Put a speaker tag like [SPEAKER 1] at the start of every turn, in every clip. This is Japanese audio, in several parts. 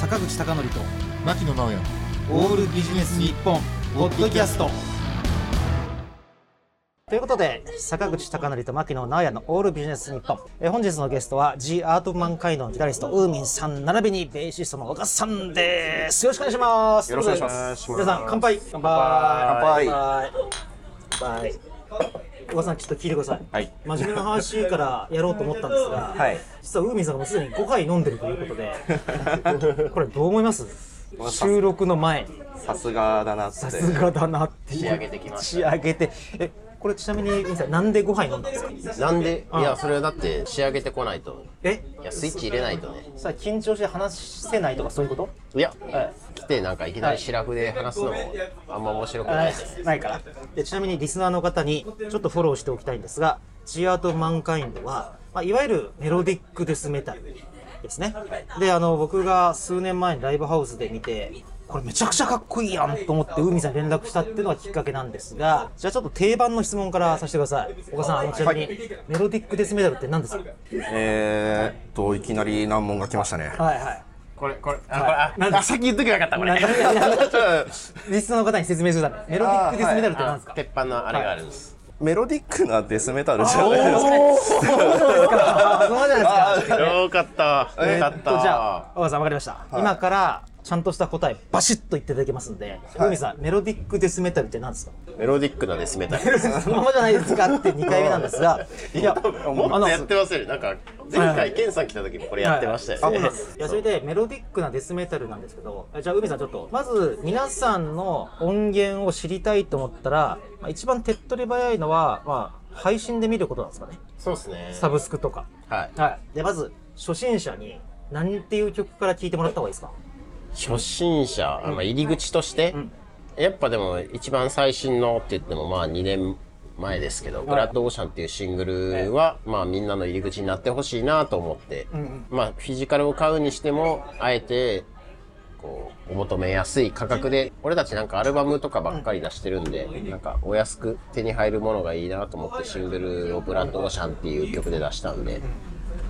[SPEAKER 1] 坂口孝則と
[SPEAKER 2] 牧野直哉
[SPEAKER 1] オールビジネス日本ポッドキャスト
[SPEAKER 3] ということで坂口貴則と牧野直哉のオールビジネス日本えー本日のゲストは G アートマン会のギタリストウーミンさん並びにベーシストの岡さんですよろしくお願いします
[SPEAKER 4] よろしくお願いします
[SPEAKER 3] 皆さん乾杯乾杯乾杯乾岡さんちょっと聞いてください、
[SPEAKER 4] はい
[SPEAKER 3] 真面目な話からやろうと思ったんですが、
[SPEAKER 4] はい
[SPEAKER 3] 実はウーミンさんがもうすでに5回飲んでるということ でこれどう思います収録の前
[SPEAKER 4] さすがだなって
[SPEAKER 3] さすがだなっていう
[SPEAKER 4] 仕上げてきました
[SPEAKER 3] 仕上げてえこれちなみにウーミンさんなんで5杯飲んだんですか
[SPEAKER 5] なんで
[SPEAKER 3] うん
[SPEAKER 5] いやそれはだって仕上げてこないと
[SPEAKER 3] え
[SPEAKER 5] いやスイッチ入れないとね
[SPEAKER 3] さあ緊張して話せないとかそういうこと
[SPEAKER 5] いや、
[SPEAKER 3] は
[SPEAKER 5] 来てなんかいきなりシラフで話すのもあんま面白くないです
[SPEAKER 3] ないからでちなみにリスナーの方にちょっとフォローしておきたいんですが「ジアート・マンカインドは」まあ、いわゆるメロディックデスメタルですねであの僕が数年前にライブハウスで見てこれめちゃくちゃかっこいいやんと思って海さんに連絡したっていうのがきっかけなんですがじゃあちょっと定番の質問からさせてください岡さんあのちなみにメロディックデスメタルって何ですか
[SPEAKER 4] えーっといきなり難問が来ましたね
[SPEAKER 3] はいはい
[SPEAKER 4] これこれあこれあ先言っとけなかったこ
[SPEAKER 3] なんかいやいやリスナーの方に説明するためメロディックデスメタルって何ですか
[SPEAKER 5] 鉄板のあれがあるんです、
[SPEAKER 4] メロディックなデスメタルじゃないです
[SPEAKER 3] あそうじゃ
[SPEAKER 4] か
[SPEAKER 3] ないですか。
[SPEAKER 5] よかったよかっ
[SPEAKER 3] じゃあ、岡田さんわかりました。今からちゃんとした答えバシッと言っていただけますんで、海さんメロディックデスメタルって何ですか？
[SPEAKER 5] メロディックなデスメタル
[SPEAKER 3] そのままじゃないですかって2回目なんですが、いや、
[SPEAKER 5] も
[SPEAKER 3] あの
[SPEAKER 5] っとやってますよねなんか前回ケンさん来た時もこれやってましたよね、
[SPEAKER 3] いやそれでメロディックなデスメタルなんですけどえじゃあ海さんちょっとまず皆さんの音源を知りたいと思ったら、まあ、一番手っ取り早いのは、まあ、配信で見ることなんですかね
[SPEAKER 5] そうですね
[SPEAKER 3] サブスクとか
[SPEAKER 5] はい
[SPEAKER 3] はいでまず初心者に何ていう曲から聴いてもらった方がいいですか
[SPEAKER 5] 初心者、まあ、入り口として、やっぱでも一番最新のって言ってもまあ2年前ですけど「ブラッド・オーシャン」っていうシングルは、まあ、みんなの入り口になってほしいなと思って、まあ、フィジカルを買うにしてもあえてこうお求めやすい価格で俺たちなんかアルバムとかばっかり出してるんで、なんかお安く手に入るものがいいなと思ってシングルを「ブラッド・オーシャン」っていう曲で出したんで、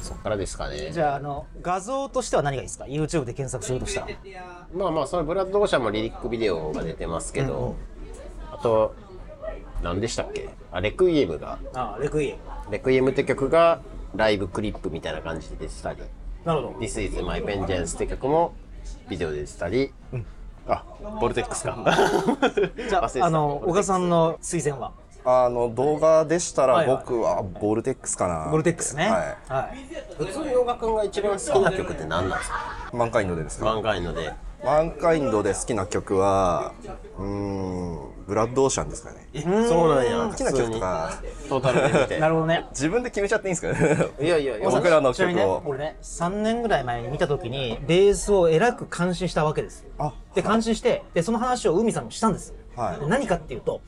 [SPEAKER 5] そっからですかね。
[SPEAKER 3] じゃあ、あの、画像としては何がいいですか ?YouTube で検索しようとしたら。
[SPEAKER 5] まあまあそのブラッドオーシャンもリリックビデオが出てますけど、あと何でしたっけあレクイエムが
[SPEAKER 3] ああ、レクイエム。
[SPEAKER 5] レクイエムって曲がライブクリップみたいな感じで出てたり
[SPEAKER 3] なるほど。
[SPEAKER 5] This is my vengeance って曲もビデオで出てたり、あボルテックスか
[SPEAKER 3] じゃあ、あの、小
[SPEAKER 5] お
[SPEAKER 3] 賀さんの推薦は
[SPEAKER 4] あの動画でしたら
[SPEAKER 3] はいはい
[SPEAKER 4] 僕はボルテックスかな
[SPEAKER 3] ゴルテックスね。
[SPEAKER 4] は
[SPEAKER 3] はい。
[SPEAKER 5] 普通に小賀君が一番好きな曲って何なんですか
[SPEAKER 4] いマンカインドでですか
[SPEAKER 5] ワンガイので
[SPEAKER 4] マンカインドで好きな曲はうーんブラッドオーシャンですかね
[SPEAKER 5] そうなんや
[SPEAKER 4] 好きな曲とか
[SPEAKER 5] トータルで見 て
[SPEAKER 3] なるほどね。
[SPEAKER 4] 自分で決めちゃっていいんですかね
[SPEAKER 5] いやいやいや
[SPEAKER 4] 僕らの
[SPEAKER 3] ちなみに
[SPEAKER 4] 曲
[SPEAKER 3] ね、
[SPEAKER 4] を
[SPEAKER 3] 俺ね、3年ぐらい前に見たときに、ベースをえらく感心したわけですよ。
[SPEAKER 4] あ
[SPEAKER 3] で、感心して、で、その話を海さんもしたんですよ。
[SPEAKER 4] はい
[SPEAKER 3] で何かっていうと、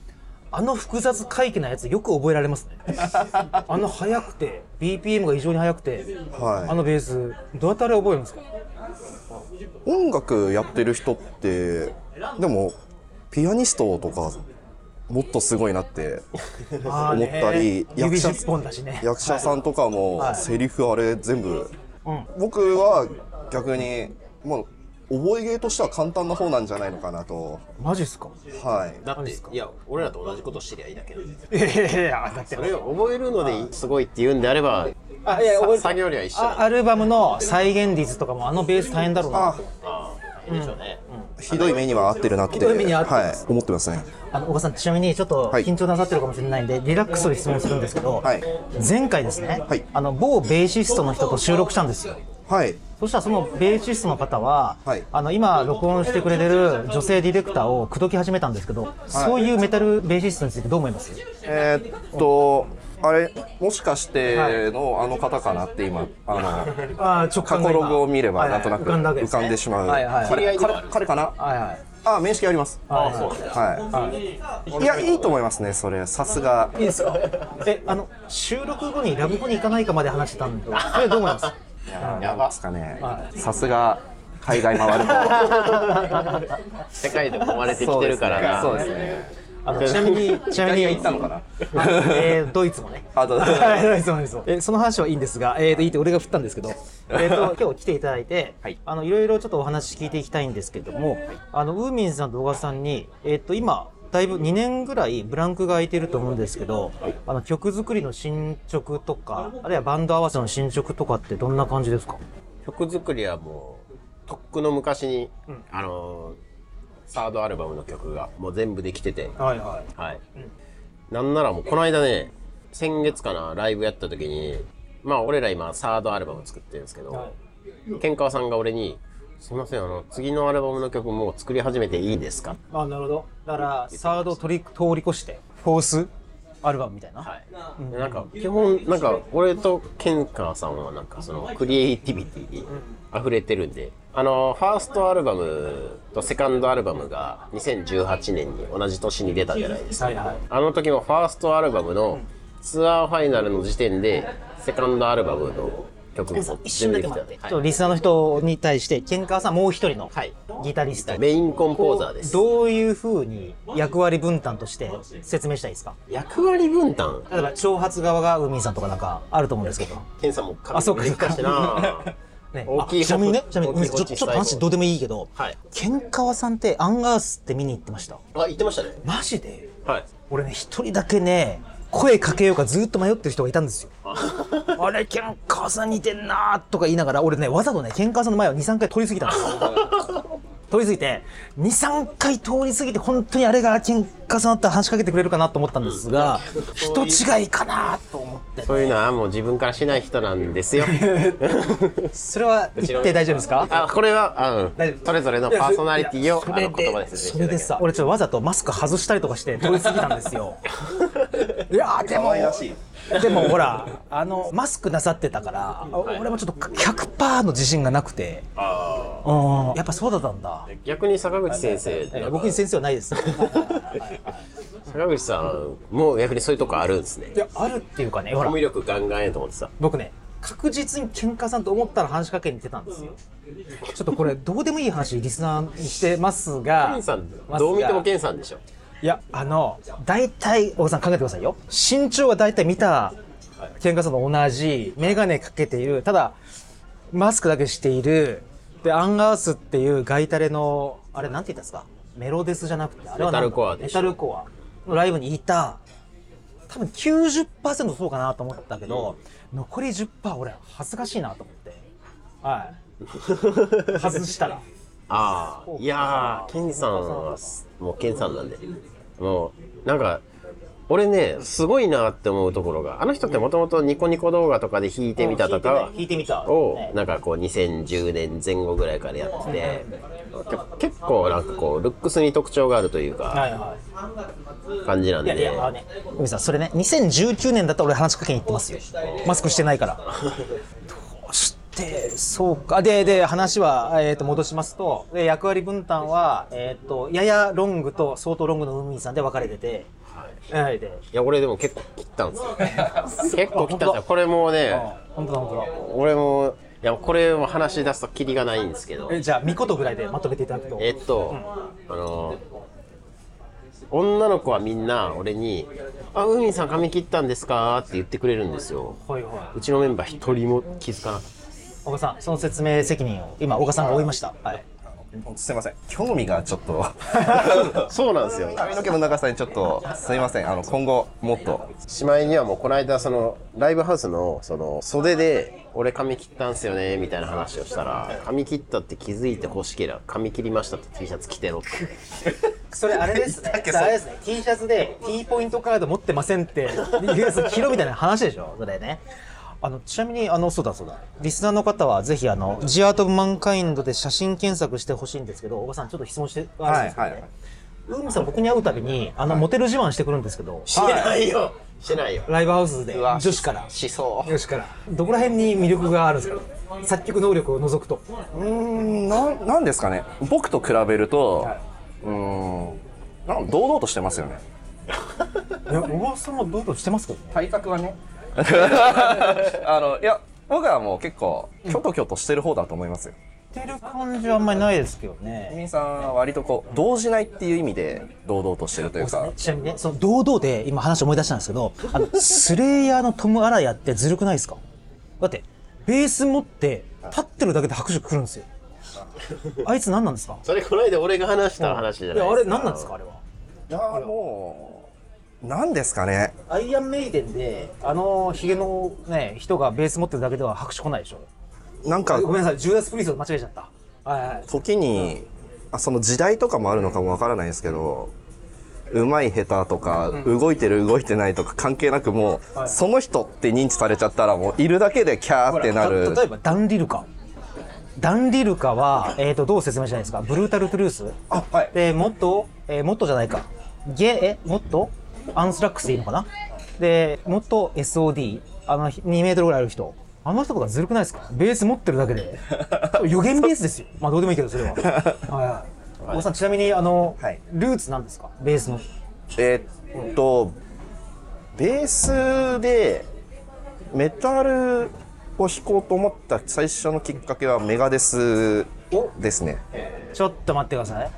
[SPEAKER 3] あの複雑回帰なやつよく覚えられますね。 あの速くて、BPM が異常に速くて、
[SPEAKER 4] はい
[SPEAKER 3] あのベース、どうやってあれ覚えるんですか
[SPEAKER 4] 音楽やってる人ってでもピアニストとかもっとすごいなって
[SPEAKER 3] あーね
[SPEAKER 4] 思ったり
[SPEAKER 3] 指
[SPEAKER 4] 役者
[SPEAKER 3] 10本だしね。
[SPEAKER 4] 役者さんとかも
[SPEAKER 3] はい
[SPEAKER 4] セリフあれ全部、
[SPEAKER 3] うん
[SPEAKER 4] 僕は逆にもう覚え芸としては簡単な方なんじゃないのかなと
[SPEAKER 3] マジっすか
[SPEAKER 4] はい
[SPEAKER 5] だっていや俺らと同じことしてりゃいいだけど
[SPEAKER 3] いやいやいや、だって
[SPEAKER 5] そ。れを覚えるのですごいって言うんであれば
[SPEAKER 3] あ、いや、覚え
[SPEAKER 5] さ作業量は一緒
[SPEAKER 3] あアルバムの再現率とかもあのベース大変だろうな
[SPEAKER 4] あ
[SPEAKER 3] と。
[SPEAKER 5] いいでしょうね、
[SPEAKER 4] ひどい目には合ってるなって
[SPEAKER 3] ひどい目には合ってま
[SPEAKER 4] はい
[SPEAKER 3] す、
[SPEAKER 4] 思ってますね
[SPEAKER 3] あの、小川さん、ちなみにちょっと
[SPEAKER 4] はい
[SPEAKER 3] 緊張なさってるかもしれないんで、リラックスで質問するんですけど
[SPEAKER 4] はい、
[SPEAKER 3] 前回ですね
[SPEAKER 4] はい、
[SPEAKER 3] あの、某ベーシストの人と収録したんですよ。
[SPEAKER 4] はい
[SPEAKER 3] そしたらそのベーシストの方は、
[SPEAKER 4] はい
[SPEAKER 3] あの今録音してくれてる女性ディレクターを口説き始めたんですけど、そういうメタルベーシストについてどう思います
[SPEAKER 4] えーっとあれもしかしてのあの方かなって今あ の
[SPEAKER 3] あ直
[SPEAKER 4] 過去ログを見ればなんとなく
[SPEAKER 3] 浮かんだわけで
[SPEAKER 4] 浮
[SPEAKER 3] すね
[SPEAKER 4] かんでしまう
[SPEAKER 3] はいはいはい
[SPEAKER 4] 彼彼彼かな
[SPEAKER 3] はいはい
[SPEAKER 4] あ面識あります
[SPEAKER 3] はいはい
[SPEAKER 4] はいいやいいと思いますねそれさすが
[SPEAKER 3] いいですか。え、あの収録後にラブホに行かないかまで話してたんで、それどう思い ます。
[SPEAKER 4] やばですかねさすが海外回ると
[SPEAKER 5] 世界でも生まれてきてるからな
[SPEAKER 4] そうですね
[SPEAKER 3] あのちなみに、ちなみに、
[SPEAKER 2] 行ったのかな
[SPEAKER 3] えードイツもね。
[SPEAKER 2] あと
[SPEAKER 3] はい、ドイツもドイツもえーその話はいいんですが、えーと、いいって俺が振ったんですけど、えーと、今日来ていただいて、
[SPEAKER 2] はい
[SPEAKER 3] あの、いろいろちょっとお話聞いていきたいんですけども、あの、ウーミンさんと小川さんに、えーと、今、だいぶ2年ぐらいブランクが空いてると思うんですけど、あの、曲作りの進捗とか、あるいはバンド合わせの進捗とかってどんな感じですか
[SPEAKER 5] 曲作りはもうとっくの昔に、あのサードアルバムの曲がもう全部できてて
[SPEAKER 3] はいはい。
[SPEAKER 5] はい、なんならもうこの間ね先月かなライブやった時にまあ俺ら今サードアルバム作ってるんですけど、ケンカワさんが俺に「すいませんあの次のアルバムの曲もう作り始めていいですか?
[SPEAKER 3] あ、なるほど。だから、サードを取り通り越して、フォースアルバムみたいな。」
[SPEAKER 5] でなんか基本なんか俺とケンカワさんはなんかそのクリエイティビティに溢れてるんであのファーストアルバムとセカンドアルバムが2018年に同じ年に出たじゃないですか
[SPEAKER 3] はいはい。
[SPEAKER 5] あの時もファーストアルバムのツアーファイナルの時点でセカンドアルバムの曲も全部できたんで、
[SPEAKER 3] ちょっとリスナーの人に対して、ケンカワさんもう一人の
[SPEAKER 5] はい
[SPEAKER 3] ギタリスト、
[SPEAKER 5] メインコンポーザーです
[SPEAKER 3] どういうふうに役割分担として説明したいですか
[SPEAKER 5] 役割分担
[SPEAKER 3] 例えば、挑発側が海さんとかなんかあると思うんですけど。
[SPEAKER 5] 検査も
[SPEAKER 3] あそうか
[SPEAKER 5] 確してな
[SPEAKER 3] ね、
[SPEAKER 5] 大きい
[SPEAKER 3] あちなみにね、ちなみに、
[SPEAKER 5] 大
[SPEAKER 3] 海
[SPEAKER 5] きい
[SPEAKER 3] さんちょちょっと話どうでもいいけど、
[SPEAKER 5] はい
[SPEAKER 3] ケンカワさんってアンガースって見に行ってました。
[SPEAKER 5] あ言ってましたね
[SPEAKER 3] マジで
[SPEAKER 5] はい
[SPEAKER 3] 俺ね、一人だけね、声かけようかずっと迷ってる人がいたんですよ。あれ、ケンカワさん似てんなーとか言いながら、俺ね、わざとね、ケンカワさんの前を2、3回通り過ぎたんですよ。通り過ぎて、2、3回通り過ぎて、本当にあれがケンカワさんだったら話しかけてくれるかなと思ったんですが、人違いかなと思って。
[SPEAKER 5] そういうのはもう自分からしない人なんで すよ
[SPEAKER 3] それは言って大丈夫ですか
[SPEAKER 5] あこれはあうん
[SPEAKER 3] 大丈夫
[SPEAKER 5] それぞれのパーソナリティを
[SPEAKER 3] そ
[SPEAKER 5] あ
[SPEAKER 3] れ
[SPEAKER 5] の言葉
[SPEAKER 3] で
[SPEAKER 5] で説
[SPEAKER 3] そ
[SPEAKER 5] 明
[SPEAKER 3] れ
[SPEAKER 5] して
[SPEAKER 3] でさ俺ちょっとわざとマスク外したりとかして通り過ぎたんです よいやーでも でもほらあのマスクなさってたから、あ俺もちょっと100%の自信がなくてうんやっぱそうだったんだ
[SPEAKER 5] 逆に坂口先生
[SPEAKER 3] え
[SPEAKER 5] なんか
[SPEAKER 3] 僕に先生はないです
[SPEAKER 5] 坂口さんもう逆にそういうとこあるんですね
[SPEAKER 3] いやあるっていうかねほ
[SPEAKER 5] コ
[SPEAKER 3] ら
[SPEAKER 5] ミュ力ガンガンやと思ってさ
[SPEAKER 3] 僕ね確実に喧嘩さんと思ったら話しかけに出たんですよちょっとこれどうでもいい話リスナーにしてますが
[SPEAKER 5] 健さんどう見ても健さんでしょ
[SPEAKER 3] いや、あの、大体、おさん考えてくださいよ。身長は大体見た、ケンカさんと同じ、メガネかけている、ただ、マスクだけしている、で、アンガースっていうガイタレの、あれなんて言ったんですかメロデスじゃなくて、あれはなんだ
[SPEAKER 5] メタルコアでしょ
[SPEAKER 3] メタルコアのライブにいた、多分90%そうかなと思ったけど、残り10%俺恥ずかしいなと思って。は い。外したら。
[SPEAKER 5] ああいやー健さんはもう健さんなんでもうなんか俺ねすごいなって思うところがあの人ってもともとニコニコ動画とかで弾いてみたとか
[SPEAKER 3] 聞いてみた。
[SPEAKER 5] をなんかこう2010年前後ぐらいからやってて結構なんかこうルックスに特徴があるというか
[SPEAKER 3] はいはい。
[SPEAKER 5] 感じなん
[SPEAKER 3] いやい
[SPEAKER 5] で
[SPEAKER 3] や、あのね、海さん、それね、2019年だったら俺話しかけに行ってますよ。マスクしてないから。どうして、そうか。で、で、話は、えっ、と、戻しますと、で、役割分担は、えっ、と、ややロングと相当ロングの海さんで分かれてて、はい。で、
[SPEAKER 5] いや俺でも結構切った んですよ結構切ったんですよこれもうね
[SPEAKER 3] 本当だ、本当
[SPEAKER 5] 俺もいやこれを話し出すとキリがないんですけど
[SPEAKER 3] だ。え、じゃあ、見事ぐらいでまとめていただくと。
[SPEAKER 5] えっと、あの女の子はみんな俺に「あ海さん髪切ったんですか?」って言ってくれるんですよ
[SPEAKER 3] はいは
[SPEAKER 5] うちのメンバー一人も気づかなかっ
[SPEAKER 3] い。小川さん、その説明責任を今、小川さんが負いました。はい。
[SPEAKER 2] すいません興味がちょっ と
[SPEAKER 5] たそうなんですよ
[SPEAKER 2] 髪の毛の長さにちょっとすいませんあの今後もっと
[SPEAKER 5] しまいにはもうこの間そのライブハウスのその袖で「俺髪切ったんすよね」みたいな話をしたら「髪切ったって気づいてほしけりゃ髪切りました」って T シャツ着てろって
[SPEAKER 3] それあれです ね。あれですね。T シャツで T ポイントカード持ってませんっていうやつ着ろみたいな話でしょ。それね。あのちなみにあのそうだそうだ。リスナーの方はぜひあのジアートオブマンカインドで写真検索してほしいんですけど、おばさんちょっと質問してあるんですけどね。
[SPEAKER 2] はいはい
[SPEAKER 3] 海さん僕に会うたびにあのモテる自慢してくるんですけど、
[SPEAKER 5] してないよしてないよ
[SPEAKER 3] ライブハウスで女子から。
[SPEAKER 2] しそ
[SPEAKER 3] 女子からどこら辺に魅力があるんですか作曲能力を除くと
[SPEAKER 2] ううーんなんなんですかね僕と比べると、うーんなん堂々としてますよね
[SPEAKER 3] いやおばさんもどういうことしてますけどね
[SPEAKER 2] 体格は ねあのいや僕はもう結構キョトキョトしてる方だと思いますよ、
[SPEAKER 3] てる感じはあんまりないですけどね。
[SPEAKER 2] ミンさんは割とこう動じないっていう意味で堂々としてるというか
[SPEAKER 3] ちなみにね、その堂々で今話思い出したんですけ ど、あの、スレイヤーのトム・アラヤってずるくないですかだって、ベース持って立ってるだけで拍手くるん ですよ。あいつ何なんですか
[SPEAKER 5] それこの間俺が話した話じゃない
[SPEAKER 3] や、あ
[SPEAKER 5] で
[SPEAKER 3] れ
[SPEAKER 5] すか
[SPEAKER 3] 何なんですかあれは。
[SPEAKER 4] いやもう何ですかね
[SPEAKER 3] アイアンメイデンで、あのヒゲのね、人がベース持ってるだけでは拍手来ないでしょ。
[SPEAKER 4] なんか
[SPEAKER 3] ごめんなさい、ジューダス・プリースト間違えちゃった。はいはい。
[SPEAKER 4] 時にあその時代とかもあるのかもわからないですけど上手い下手とか、動いてる動いてないとか関係なくもう、その人って認知されちゃったらもういるだけでキャーってなる
[SPEAKER 3] た例えばダン・リルカダン・リルカは、えー、とどう説明したらいいですかブルータル・トゥルース
[SPEAKER 4] あはい
[SPEAKER 3] でもっと、えー、もっとじゃないかゲえもっとアンスラックスでいいのかなでもっと SOD あの2メートルぐらいある人あの人とかずるくないですかベース持ってるだけで予言ベース ですよまあどうでもいいけどそれははいはい大さんちなみにあの、
[SPEAKER 4] はい
[SPEAKER 3] ルーツなんですかベースの
[SPEAKER 4] えーっとベースでメタルを弾こうと思った最初のきっかけはメガデスですね
[SPEAKER 3] ちょっと待ってください、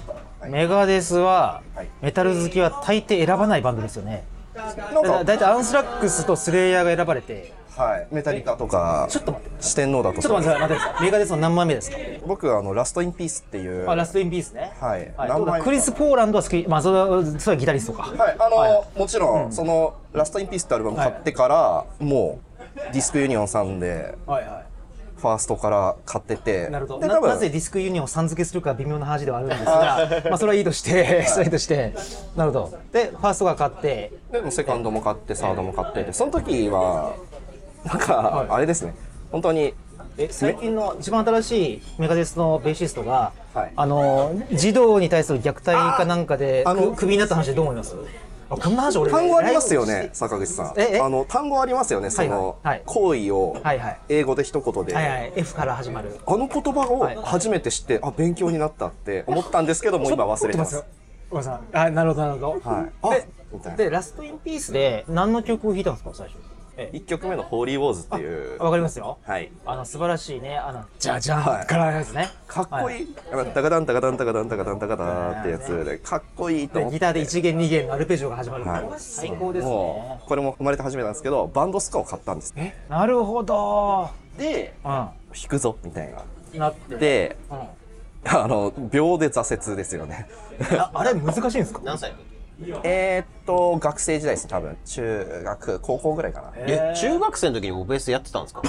[SPEAKER 3] メガデスは、メタル好きは大抵選ばないバンドですよね
[SPEAKER 4] な
[SPEAKER 3] だ
[SPEAKER 4] んか
[SPEAKER 3] だいたいアンスラックスとスレイヤーが選ばれて
[SPEAKER 4] はい、メタリカとか
[SPEAKER 3] ちょっと待って
[SPEAKER 4] 四天王だと
[SPEAKER 3] ちょっと待ってください待ってくださいメガデスの何枚目ですか
[SPEAKER 4] 僕はあのラストインピースっていう
[SPEAKER 3] あラストインピースね
[SPEAKER 4] はい
[SPEAKER 3] はい、
[SPEAKER 4] 何枚
[SPEAKER 3] どうだ
[SPEAKER 4] 目か
[SPEAKER 3] クリス・ポーランドは好きまあそれはそれはギタリストか
[SPEAKER 4] はい、あのもちろん、その「ラスト・イン・ピース」ってアルバム買ってから、もうディスクユニオンさんで
[SPEAKER 3] はいは
[SPEAKER 4] ファーストから買ってて
[SPEAKER 3] なるほど
[SPEAKER 4] で
[SPEAKER 3] な
[SPEAKER 4] 多分
[SPEAKER 3] なぜディスクユニオンをさん付けするか微妙な話ではあるんです がまあそれはいいとして それはいいとしてなるほどでファーストが買って
[SPEAKER 4] でもセカンドも買ってサードも買っててその時はなんかあれですね本当に
[SPEAKER 3] え最近の一番新しいメガデスのベーシストが、
[SPEAKER 4] はい
[SPEAKER 3] あの児童に対する虐待かなんかで
[SPEAKER 4] あーあの
[SPEAKER 3] くクビになった話でどう思いますあこんな話俺
[SPEAKER 4] 単語ありますよね坂口さん
[SPEAKER 3] ええ
[SPEAKER 4] あの単語ありますよねその、
[SPEAKER 3] はいはい
[SPEAKER 4] 行為を
[SPEAKER 3] はいはい
[SPEAKER 4] 英語で一言で、
[SPEAKER 3] はいはい、F から始まる。
[SPEAKER 4] あの言葉を初めて知って、あ勉強になったって思ったんですけどもう今忘れてます。
[SPEAKER 3] おばさん、あ、なるほど、なるほど。
[SPEAKER 4] はいあみたいな
[SPEAKER 3] で、で、ラストインピースで、何の曲を弾いたんですか、最初。ええ
[SPEAKER 4] 1曲目の「ホーリー・ウォーズ」っていう
[SPEAKER 3] わかりますよ。
[SPEAKER 4] はい
[SPEAKER 3] あの、素晴らしいね、あの、じゃじゃ
[SPEAKER 4] は
[SPEAKER 3] ん
[SPEAKER 4] い
[SPEAKER 3] からですね。
[SPEAKER 4] かっこい
[SPEAKER 3] い。
[SPEAKER 4] い、なんかダカダンダカダンダカダンダカダンダカダーってやつでかっこいいと
[SPEAKER 3] で
[SPEAKER 4] 思っ
[SPEAKER 3] ギ
[SPEAKER 4] て
[SPEAKER 3] ターで1弦2弦のアルペジオが始まる、
[SPEAKER 4] はい
[SPEAKER 3] 最高ですね
[SPEAKER 4] もうこれも生まれて初めてなんですけどバンドスコアを買ったんですね
[SPEAKER 3] なるほど
[SPEAKER 4] で
[SPEAKER 3] うん
[SPEAKER 4] 弾くぞみたいな
[SPEAKER 3] なって
[SPEAKER 4] で
[SPEAKER 3] うん
[SPEAKER 4] あの秒で挫折ですよね
[SPEAKER 3] ああれ難しいんですか
[SPEAKER 5] 何歳の時
[SPEAKER 4] えーっと学生時代ですね多分中学高校ぐらいかな
[SPEAKER 5] え中学生の時にもベースやってたんですか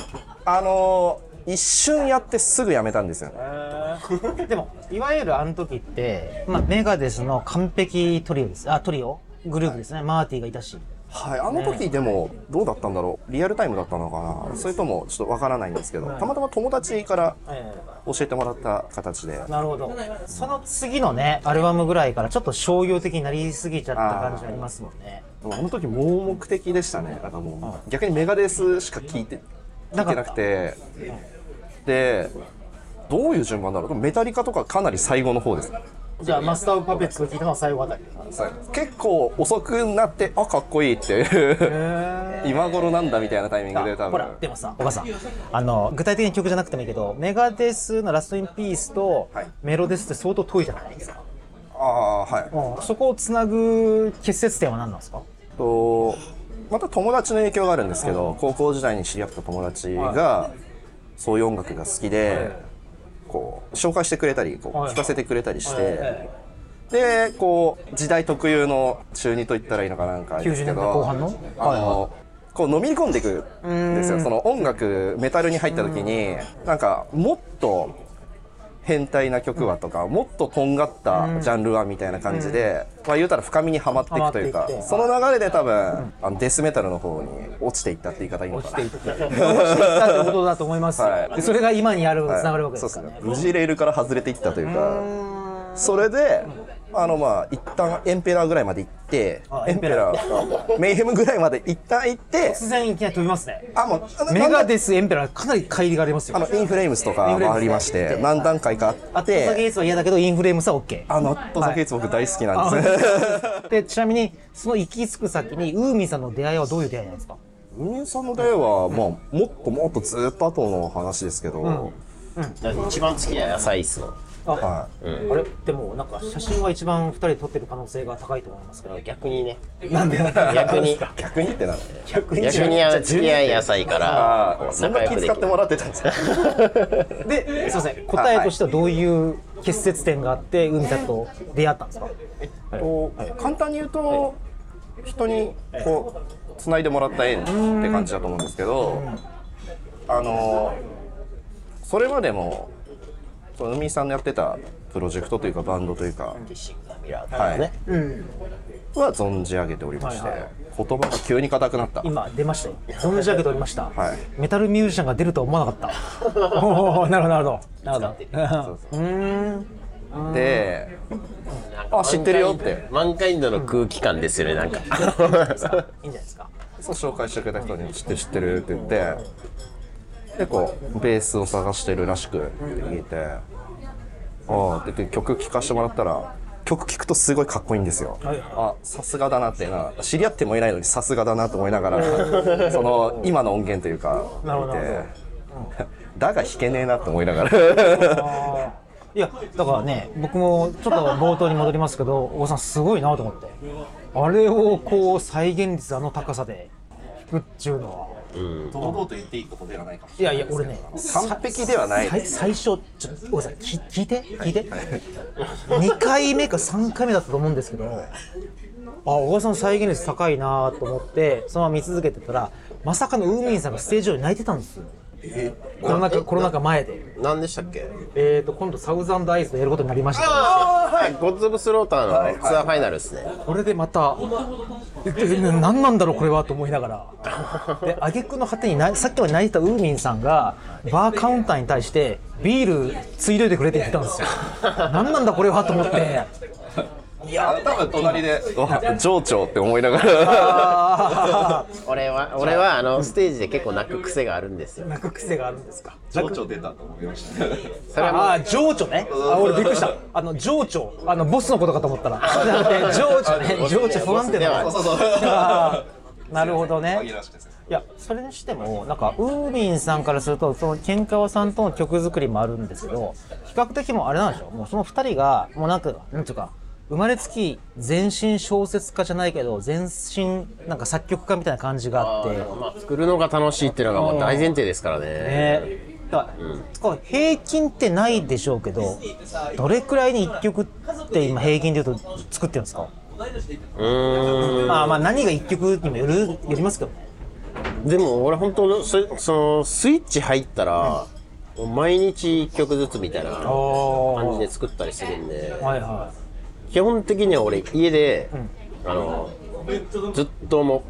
[SPEAKER 4] あの一瞬やってすぐやめたんですよね
[SPEAKER 3] でもいわゆるあの時って、まあ、メガデスの完璧トリオですあトリオグループですね、マーティがいたし
[SPEAKER 4] はいあの時でもどうだったんだろうリアルタイムだったのかなそれともちょっとわからないんですけどたまたま友達から教えてもらった形で
[SPEAKER 3] なるほどその次のねアルバムぐらいからちょっと商業的になりすぎちゃった感じがありますもんね
[SPEAKER 4] あの時盲目的でしたね。なんかもう逆にメガデスしか聞いて聞いてなくて、でどういう順番だろう。でもメタリカとかかなり最後の方です。
[SPEAKER 3] じゃあマスター・オブ・パペッツを聞いたのは最後あたり
[SPEAKER 4] 結構遅くなってあかっこいいっていう今頃なんだみたいなタイミングで多
[SPEAKER 3] ほ
[SPEAKER 4] 分。
[SPEAKER 3] らでもさお母さんあの具体的に曲じゃなくてもいいけどメガデスの「ラスト・イン・ピース」と
[SPEAKER 4] はい
[SPEAKER 3] 「メロデス」って相当遠いじゃないですか、
[SPEAKER 4] ああはい。
[SPEAKER 3] うんそこをつなぐ結節点は何なん ですか
[SPEAKER 4] とまた友達の影響があるんですけど、高校時代に知り合った友達がそういう音楽が好きで、こう紹介してくれたりこう
[SPEAKER 3] はい
[SPEAKER 4] 聞かせてくれたりして、
[SPEAKER 3] え
[SPEAKER 4] でこう時代特有の中二と言ったらいいのかなんかですけど
[SPEAKER 3] 90年代後半の
[SPEAKER 4] あの、こう飲み込んでいくんですよその音楽メタルに入った時になんかもっと変態な曲はとか、もっととんがったジャンルはみたいな感じで、まあ言うたら深みにはまっていくという
[SPEAKER 3] はまっ
[SPEAKER 4] か
[SPEAKER 3] ていって
[SPEAKER 4] その流れで多分、あのデスメタルの方に落ちていったって言い方いいのかな
[SPEAKER 3] 落ちてきたってことだと思いますよ、
[SPEAKER 4] はい
[SPEAKER 3] でそれが今にあるつながるわ
[SPEAKER 4] は
[SPEAKER 3] けで
[SPEAKER 4] いそう
[SPEAKER 3] すからね、
[SPEAKER 4] 無事レールから外れていったというかそれであのまあ一旦エンペラーぐらいまで行って
[SPEAKER 3] あ
[SPEAKER 4] エンペラーメイヘムぐらいまで一旦行って
[SPEAKER 3] 突然いきなり飛びますね
[SPEAKER 4] あもうあの
[SPEAKER 3] メガデスエンペラーかなり乖離がありますよ
[SPEAKER 4] あのインフレームスとかもありまして何段階かあ
[SPEAKER 3] アッ
[SPEAKER 4] っ
[SPEAKER 3] ト・ザ・ゲ
[SPEAKER 4] て
[SPEAKER 3] イツは嫌だけどインフレームスは OK
[SPEAKER 4] あのアットザゲイツ僕大好きなんです
[SPEAKER 3] でちなみにその行き着く先にウーミンさんの出会いはどういう出会いなんですか
[SPEAKER 4] 運営さんの代は、まあ、もっともっとずっと後の話ですけど、
[SPEAKER 5] だって一番好きな野菜っすもん
[SPEAKER 3] あ、あれでもなんか写真は一番二人で撮ってる可能性が高いと思いますけど
[SPEAKER 5] 逆にね
[SPEAKER 3] なんで
[SPEAKER 5] 逆に
[SPEAKER 4] 逆にってなる
[SPEAKER 3] 逆に
[SPEAKER 5] 逆に付き合い野菜からこう
[SPEAKER 4] そんな
[SPEAKER 5] 仲
[SPEAKER 4] 気
[SPEAKER 5] 良くで
[SPEAKER 4] 使
[SPEAKER 5] き
[SPEAKER 4] ってもらってたんですか
[SPEAKER 3] で、すみません、答えとしてはどういう結節点があって、海里と出会ったんですか。
[SPEAKER 4] こう簡単に言うと人にこう繋いでもらった縁って感じだと思うんですけどあのそれまでもその海さんのやってたプロジェクトというかバンドというかはい
[SPEAKER 5] ね
[SPEAKER 4] は存じ上げておりまして
[SPEAKER 3] はいはい
[SPEAKER 4] 言葉が急に硬くなった
[SPEAKER 3] 今出ましたよ。存じ上げておりました。
[SPEAKER 4] はい
[SPEAKER 3] メタルミュージシャンが出るとは思わなかった。 おお、なるほど、なるほど。なるほど。
[SPEAKER 4] そうそうであ知ってるよって
[SPEAKER 5] マンカインドの空気感ですよねなんか
[SPEAKER 3] いいんじゃないですか。
[SPEAKER 4] そう紹介してくれた人に「知ってる知ってる」って言ってでこうベースを探してるらしくって言って「ああ」って言って曲聴かせてもらったら曲聴くとすごいかっこいいんですよ。あさすがだなってな知り合ってもいないのにさすがだなと思いなが らその今の音源というか
[SPEAKER 3] なるほど
[SPEAKER 4] 見
[SPEAKER 3] なる
[SPEAKER 4] て。 だが弾けねえなと思いながら
[SPEAKER 3] いや、だからね、僕もちょっと冒頭に戻りますけど、お子さんすごいなと思って。あれをこう再現率あの高さで。弾くっちゅうのは。
[SPEAKER 4] 堂々と言っていいことではないかもし
[SPEAKER 3] いやいや、俺ね。
[SPEAKER 4] 完璧で はない
[SPEAKER 3] 最最初、ちょっと、ごめんなさい、き聞いて、聞いて。2回目か3回目だったと思うんですけど、あ、小川さんの再現率高いなと思って、そのまま見続けてたら、まさかのウーミンさんがステージ上に泣いてたんですよ。コロナ禍、コロナ禍前で。
[SPEAKER 5] 何でしたっけ
[SPEAKER 3] えーと、今度サウザンドアイズでやることになりましたけど。
[SPEAKER 5] ああはいゴッズ・オブ・スローターのツアーファイナルですね
[SPEAKER 3] これでまたえでな何なんだろうこれはと思いながらで挙句の果てになさっきまで泣いてたウーミンさんがバーカウンターに対してビールついでいてくれって言ってたんですよ何なんだこれはと思って
[SPEAKER 4] れない多分隣で「わ情緒」って思いながら
[SPEAKER 3] あ
[SPEAKER 5] 俺は俺はあのステージで結構泣く癖があるんですよ
[SPEAKER 3] あ泣く癖があるんですか
[SPEAKER 4] 情緒出たと思いました
[SPEAKER 5] それはもう
[SPEAKER 3] ああ情緒ねあ俺びっくりしたあの情緒あのボスのことかと思ったらじゃなくて 情緒ね情緒不安定だ
[SPEAKER 5] そう
[SPEAKER 4] そう
[SPEAKER 3] あーなるほどね
[SPEAKER 4] 紛らわしいです
[SPEAKER 3] いやそれにしてもなんかウーミンさんからするとそのケンカワさんとの曲作りもあるんですけど比較的もうあれなんでしょうもうその2人がもうなんかなんていうか生まれつき全身小説家じゃないけど全身なんか作曲家みたいな感じがあって
[SPEAKER 5] まあ作るのが楽しいっていうのがまあ大前提ですからね
[SPEAKER 3] ねだから、こう平均ってないでしょうけどどれくらいに1曲って今平均で言うと作ってるんですか
[SPEAKER 5] うーん
[SPEAKER 3] まあまあ何が1曲にもよるよりますけどね
[SPEAKER 5] でも俺本当そそのスイッチ入ったら、もう毎日1曲ずつみたいな感じで作ったりするんで
[SPEAKER 3] はいは
[SPEAKER 5] 基本的には俺家で、あのずっとも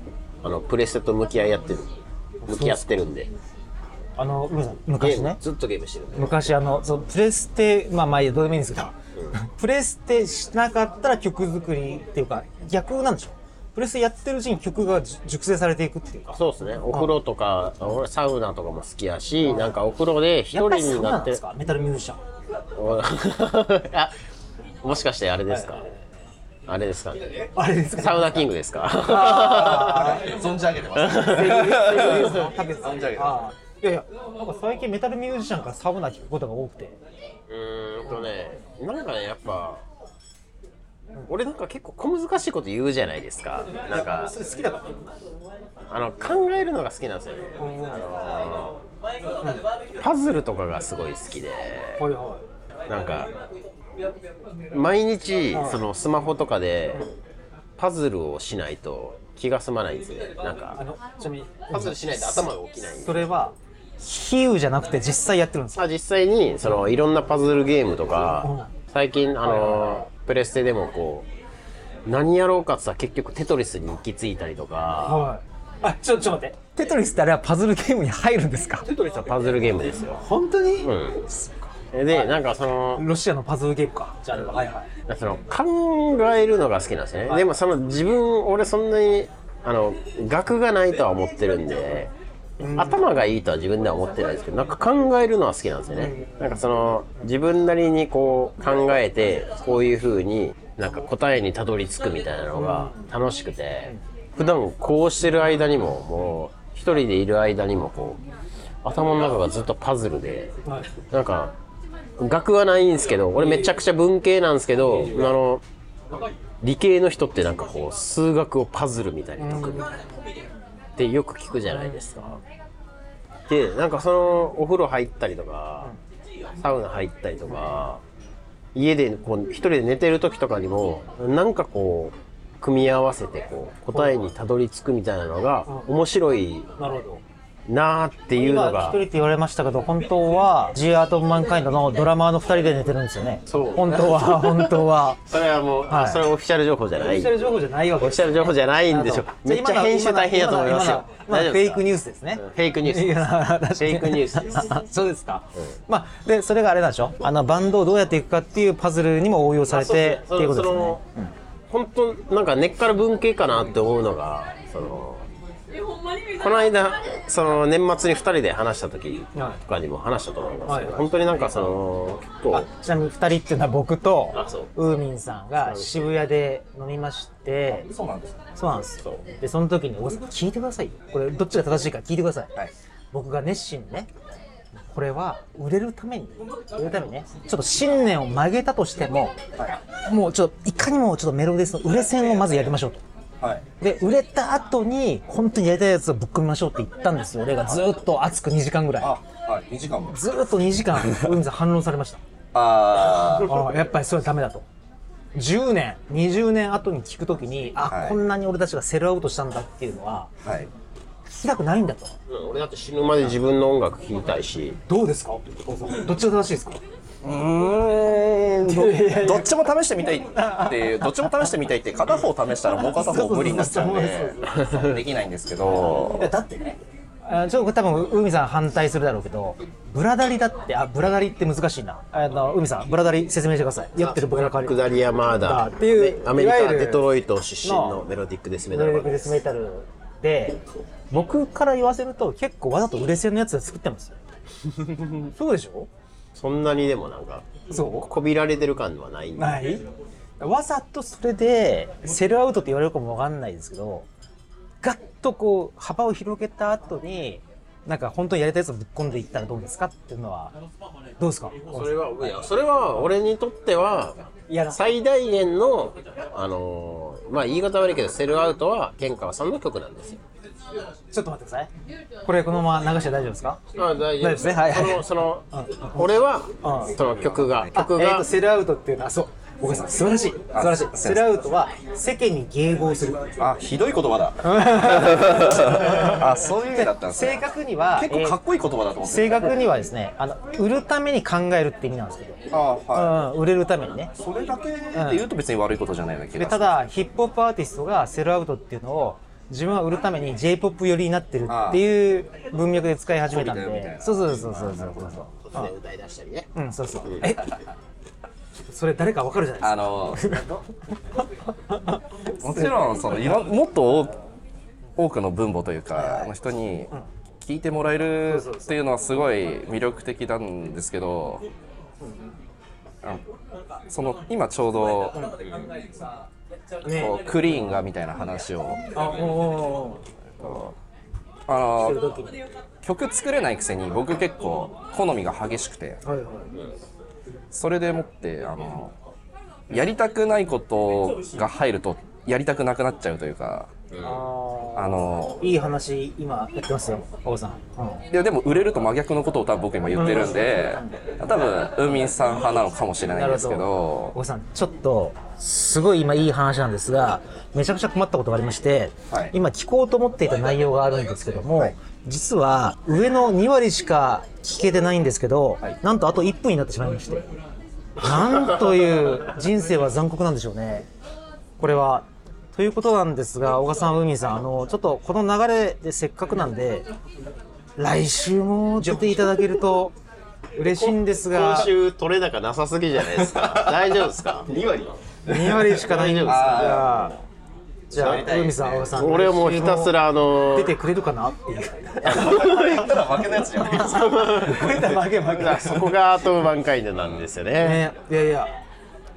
[SPEAKER 5] うあのプレステと向き合いやってる向き合ってるんで
[SPEAKER 3] いあのウーミンさん
[SPEAKER 5] ゲ
[SPEAKER 3] 昔
[SPEAKER 5] ーム
[SPEAKER 3] ね
[SPEAKER 5] ずっとゲームしてるんで
[SPEAKER 3] 昔あのそうプレステまあまあいいやどうでもいいんですけど、プレステしなかったら曲作りっていうか逆なんでしょプレステやってるうちに曲がじ熟成されていくっていうか
[SPEAKER 5] そうですねお風呂とか俺サウナとかも好きやしなんかお風呂で一
[SPEAKER 3] やっ
[SPEAKER 5] 人
[SPEAKER 3] ぱりそう
[SPEAKER 5] にな
[SPEAKER 3] なん
[SPEAKER 5] っ
[SPEAKER 3] で
[SPEAKER 5] て
[SPEAKER 3] すかメタルミュージシャン
[SPEAKER 5] お あもしかしてあれですか、あれですかね
[SPEAKER 3] あれ ですか
[SPEAKER 5] サウナキングですか
[SPEAKER 4] 存じ上げてます
[SPEAKER 3] あーいやいやなんか最近メタルミュージシャンからサウナ聞くことが多くて
[SPEAKER 5] うーんとねなんかねやっぱ俺なんか結構小難しいこと言うじゃないですかなんか
[SPEAKER 3] それ好きだから
[SPEAKER 5] あの考えるのが好きなんですよね、あのパズルとかがすごい好きで
[SPEAKER 3] はいは
[SPEAKER 5] なんか毎日そのスマホとかでパズルをしないと気が済まないんですねなん
[SPEAKER 3] いあ
[SPEAKER 5] か
[SPEAKER 3] のちなみに
[SPEAKER 5] パズルしないと頭が起きないんです
[SPEAKER 3] それは比喩じゃなくて実際やってるんですか
[SPEAKER 5] まあ、実際にそのいろんなパズルゲームとか最近あのプレステでもこう何やろうかってさ結局テトリスに行き着いたりとか
[SPEAKER 3] はいあちょちょっと待ってテトリスってあれはパズルゲームに入るんですか
[SPEAKER 5] テトリスはパズルゲームですよ
[SPEAKER 3] 本当に、
[SPEAKER 5] うんでなんかその
[SPEAKER 3] ロシアのパズルゲームかじゃああれははいはい
[SPEAKER 5] その考えるのが好きなんですねでもその自分俺そんなにあの学がないとは思ってるんで頭がいいとは自分では思ってないですけどなんか考えるのは好きなんですよねなんかその自分なりにこう考えてこういうふうになんか答えにたどり着くみたいなのが楽しくて普段こうしてる間にももう一人でいる間にもこう頭の中がずっとパズルで、なんか学はないんですけど俺めちゃくちゃ文系なんですけど、あの理系の人ってなんかこう数学をパズルみたいに解くみたいな、ってよく聞くじゃないですか。でなんかそのお風呂入ったりとか、サウナ入ったりとか。家でこう一人で寝てる時とかにもなんかこう組み合わせてこう答えにたどり着くみたいなのが面白い
[SPEAKER 3] なるほど
[SPEAKER 5] なーっていう
[SPEAKER 3] 今
[SPEAKER 5] の
[SPEAKER 3] 一
[SPEAKER 5] が
[SPEAKER 3] 人って言われましたけど本当は G アート・オブ・マンカインドのドラマーの2人で寝てるんですよね
[SPEAKER 5] そう
[SPEAKER 3] 本当は本当 は
[SPEAKER 5] それはもう、
[SPEAKER 3] はい
[SPEAKER 5] それはオフィシャル情報じゃな
[SPEAKER 3] オフィ
[SPEAKER 5] い
[SPEAKER 3] シャル情報じゃないわけ
[SPEAKER 5] オフィシャル情報じゃないんですよめっちゃ編集大変やと思いますよ
[SPEAKER 3] 今の今の
[SPEAKER 5] 大丈夫
[SPEAKER 3] フェ
[SPEAKER 5] です
[SPEAKER 3] イ
[SPEAKER 5] か
[SPEAKER 3] クニュースですね
[SPEAKER 5] フェイクニュー ス
[SPEAKER 3] いや確かに
[SPEAKER 5] フェイクニュースです
[SPEAKER 3] あ そうですか、まあでそれがあれなんでしょあのバンドをどうやっていくかっていうパズルにも応用されてっていうことですね
[SPEAKER 5] 本当なんか根っから文系かなって思うのがそのこの間その年末に2人で話した時とかにも話したと思いますけど、
[SPEAKER 3] はい
[SPEAKER 5] 本当になんかその結構
[SPEAKER 3] ちなみに2人っていうのは僕と
[SPEAKER 5] あそう
[SPEAKER 3] ウーミンさんが渋谷で飲みましてそうなんですそうなんですよでその時に小川さん聞いてくださいよこれどっちが正しいか聞いてください、僕が熱心にねこれは売れるために売れるためにねちょっと信念を曲げたとしても、もうちょっといかにもちょっとメロディスの売れ線をまずやりましょうとで売れた後に本当にやりたいやつをぶっ込みましょうって言ったんですよ俺がずーっと熱く2時間ぐらい
[SPEAKER 4] はい、2時間も。
[SPEAKER 3] ずーっと2時間海さん反論されました
[SPEAKER 4] ああ、
[SPEAKER 3] ああやっぱりそれはダメだと10年20年後に聞くときにあ、
[SPEAKER 4] はい
[SPEAKER 3] こんなに俺たちがセルアウトしたんだっていうのは
[SPEAKER 4] はい。
[SPEAKER 3] 聞きたくないんだと
[SPEAKER 5] うん俺だって死ぬまで自分の音楽聴きたいし
[SPEAKER 3] どうですかどっちが正しいですか
[SPEAKER 4] どっちも試してみたいっていう、どっちも試してみたいって、片方試したらもう片方無理になっちゃうんで、できないんですけど、
[SPEAKER 3] だってねあちょっと多分海さん反対するだろうけどブラダリだってあブラダリって難しいなあの海さんブラダリ説明してくださいやってる僕の代わり
[SPEAKER 5] クダリア・マーダ
[SPEAKER 3] っ
[SPEAKER 5] ー
[SPEAKER 3] ていう
[SPEAKER 5] でアメリカ
[SPEAKER 3] いわゆる
[SPEAKER 5] デトロイト出身
[SPEAKER 3] の
[SPEAKER 5] のメロディックデスメタ
[SPEAKER 3] ブ
[SPEAKER 5] ル
[SPEAKER 3] レ
[SPEAKER 5] バ
[SPEAKER 3] イクデ
[SPEAKER 5] ンドで
[SPEAKER 3] ス
[SPEAKER 5] す
[SPEAKER 3] メタルで僕から言わせると結構わざと売れ線のやつで作って ますよそうでしょ
[SPEAKER 5] そんなにでもなんか
[SPEAKER 3] そう
[SPEAKER 5] こびられてる感はないんで
[SPEAKER 3] ないわざとそれでセルアウトって言われるかもわかんないですけどガッとこう幅を広げた後になんか本当にやりたいやつをぶっ込んでいったらどうですかっていうのはどうですか
[SPEAKER 5] それはいやそれは俺にとってはい
[SPEAKER 3] や
[SPEAKER 5] 最大限のあのーまあ言い方悪いけどセルアウトは健川さんの曲なんですよ
[SPEAKER 3] ちょっと待ってくださいこれこのまま流して大丈夫ですか
[SPEAKER 5] あ大
[SPEAKER 3] 丈夫ですねはいはい
[SPEAKER 5] そのその俺
[SPEAKER 3] う
[SPEAKER 5] は
[SPEAKER 3] ん
[SPEAKER 5] その曲が
[SPEAKER 3] あ
[SPEAKER 5] 曲
[SPEAKER 3] えー
[SPEAKER 5] が
[SPEAKER 3] とセルアウトっていうのはそう岡さん素晴らしい素晴らしいセルアウトは世間に迎合する
[SPEAKER 4] あ、ひどい言葉 だ。あ、そういう意味だったんです
[SPEAKER 3] 正
[SPEAKER 4] ね。
[SPEAKER 3] 確には
[SPEAKER 4] 結構かっこいい言葉だと思って
[SPEAKER 3] 正確にはですねあの売るために考えるって意味なんですけど、
[SPEAKER 4] た。あーはい。
[SPEAKER 3] うん、売れるためにね
[SPEAKER 4] それだけで言うと別に悪いことじゃないわけ
[SPEAKER 3] で
[SPEAKER 4] だ。
[SPEAKER 3] ただヒップホップアーティストがセルアウトっていうのを自分は売るために j p o p 寄りになってるっていう文脈で使い始めたん
[SPEAKER 4] コピーだよみたい
[SPEAKER 3] で
[SPEAKER 4] な
[SPEAKER 3] そうそうそうそうそうそうそう
[SPEAKER 5] ね歌い出したりね
[SPEAKER 3] うんそうそうえそれ誰かわかるじゃないです
[SPEAKER 4] あ の、もちろんそのいろんもっと多多くの分母というかの人に聞いてもらえるっていうのはすごい魅力的なんですけどあその今ちょうど
[SPEAKER 3] かね
[SPEAKER 4] こうクリーンがみたいな話を
[SPEAKER 3] あおーお
[SPEAKER 4] あ
[SPEAKER 3] ーおー
[SPEAKER 4] の
[SPEAKER 3] 時にはい
[SPEAKER 4] 曲作れないくせに僕結構好みが激しくて
[SPEAKER 3] はい
[SPEAKER 4] それでもってあのやりたくないことが入るとやりたくなくなっちゃうというか
[SPEAKER 3] あ
[SPEAKER 4] あの
[SPEAKER 3] ーいい話今やってますよ王さん、うん
[SPEAKER 4] いやでも売れると真逆のことを多分僕今言ってるんで多分ウーミンさん派なのかもしれないんですけ
[SPEAKER 3] なる
[SPEAKER 4] ど
[SPEAKER 3] お子さんちょっとすごい今いい話なんですがめちゃくちゃ困ったことがありまして、
[SPEAKER 4] はい
[SPEAKER 3] 今聞こうと思っていた内容があるんですけども、実は上の2割しか聞けてないんですけど、なんとあと1分になってしまいましてなんという人生は残酷なんでしょうねこれは。ということなんですが小川さん海さんあのちょっとこの流れでせっかくなんで来週も出ていただけると嬉しいんですが
[SPEAKER 5] 今週取れ高なさすぎじゃないですか大丈夫ですか2割
[SPEAKER 3] 2割しかないんですかじゃあ、
[SPEAKER 4] り
[SPEAKER 3] じ
[SPEAKER 4] た
[SPEAKER 3] ゃあ、
[SPEAKER 4] い
[SPEAKER 3] 海さん、青山さん。
[SPEAKER 5] 俺はもうひたすらあの
[SPEAKER 3] 出
[SPEAKER 5] ー
[SPEAKER 3] てくれるかなっていう。
[SPEAKER 4] 言ったら負けのやつじゃないですか
[SPEAKER 3] 負け負け負け。
[SPEAKER 5] そこがアートバンカインドなんですよね
[SPEAKER 3] ね、いやいや、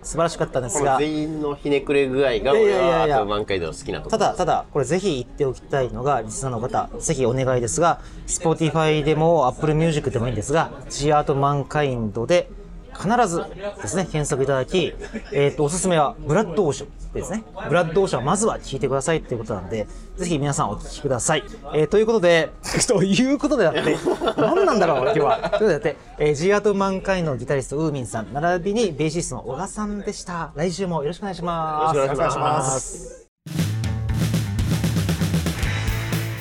[SPEAKER 3] 素晴らしかったです
[SPEAKER 5] この
[SPEAKER 3] が
[SPEAKER 5] 全員のひねくれ具合が
[SPEAKER 3] い
[SPEAKER 5] 俺
[SPEAKER 3] やいやい
[SPEAKER 5] は
[SPEAKER 3] や
[SPEAKER 5] あ
[SPEAKER 3] いや
[SPEAKER 5] と満開での好きなとこ
[SPEAKER 3] た
[SPEAKER 5] ろ
[SPEAKER 3] だただこれぜひ言っておきたいのがリスナーの方ぜひお願いですが Spotify でも Apple Music でもいいんですが G アートマンカインドで必ずですね検索いただき、えー、とおすすめはブラッドオーシャンですねブラッドオーシャンをまずは聞いてくださいっていうことなんでぜひ皆さんお聞きください、えーということで ということでだって何なんだろう今日はということでだって、えー、G アートマンカインドのギタリストウーミンさん並びにベーシストの小賀さんでした来週もよろしくお願いします
[SPEAKER 5] よろしくお願いします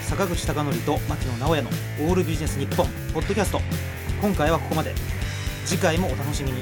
[SPEAKER 1] 坂口孝則と牧野直哉の「オールビジネス日本ポッドキャスト今回はここまで次回もお楽しみに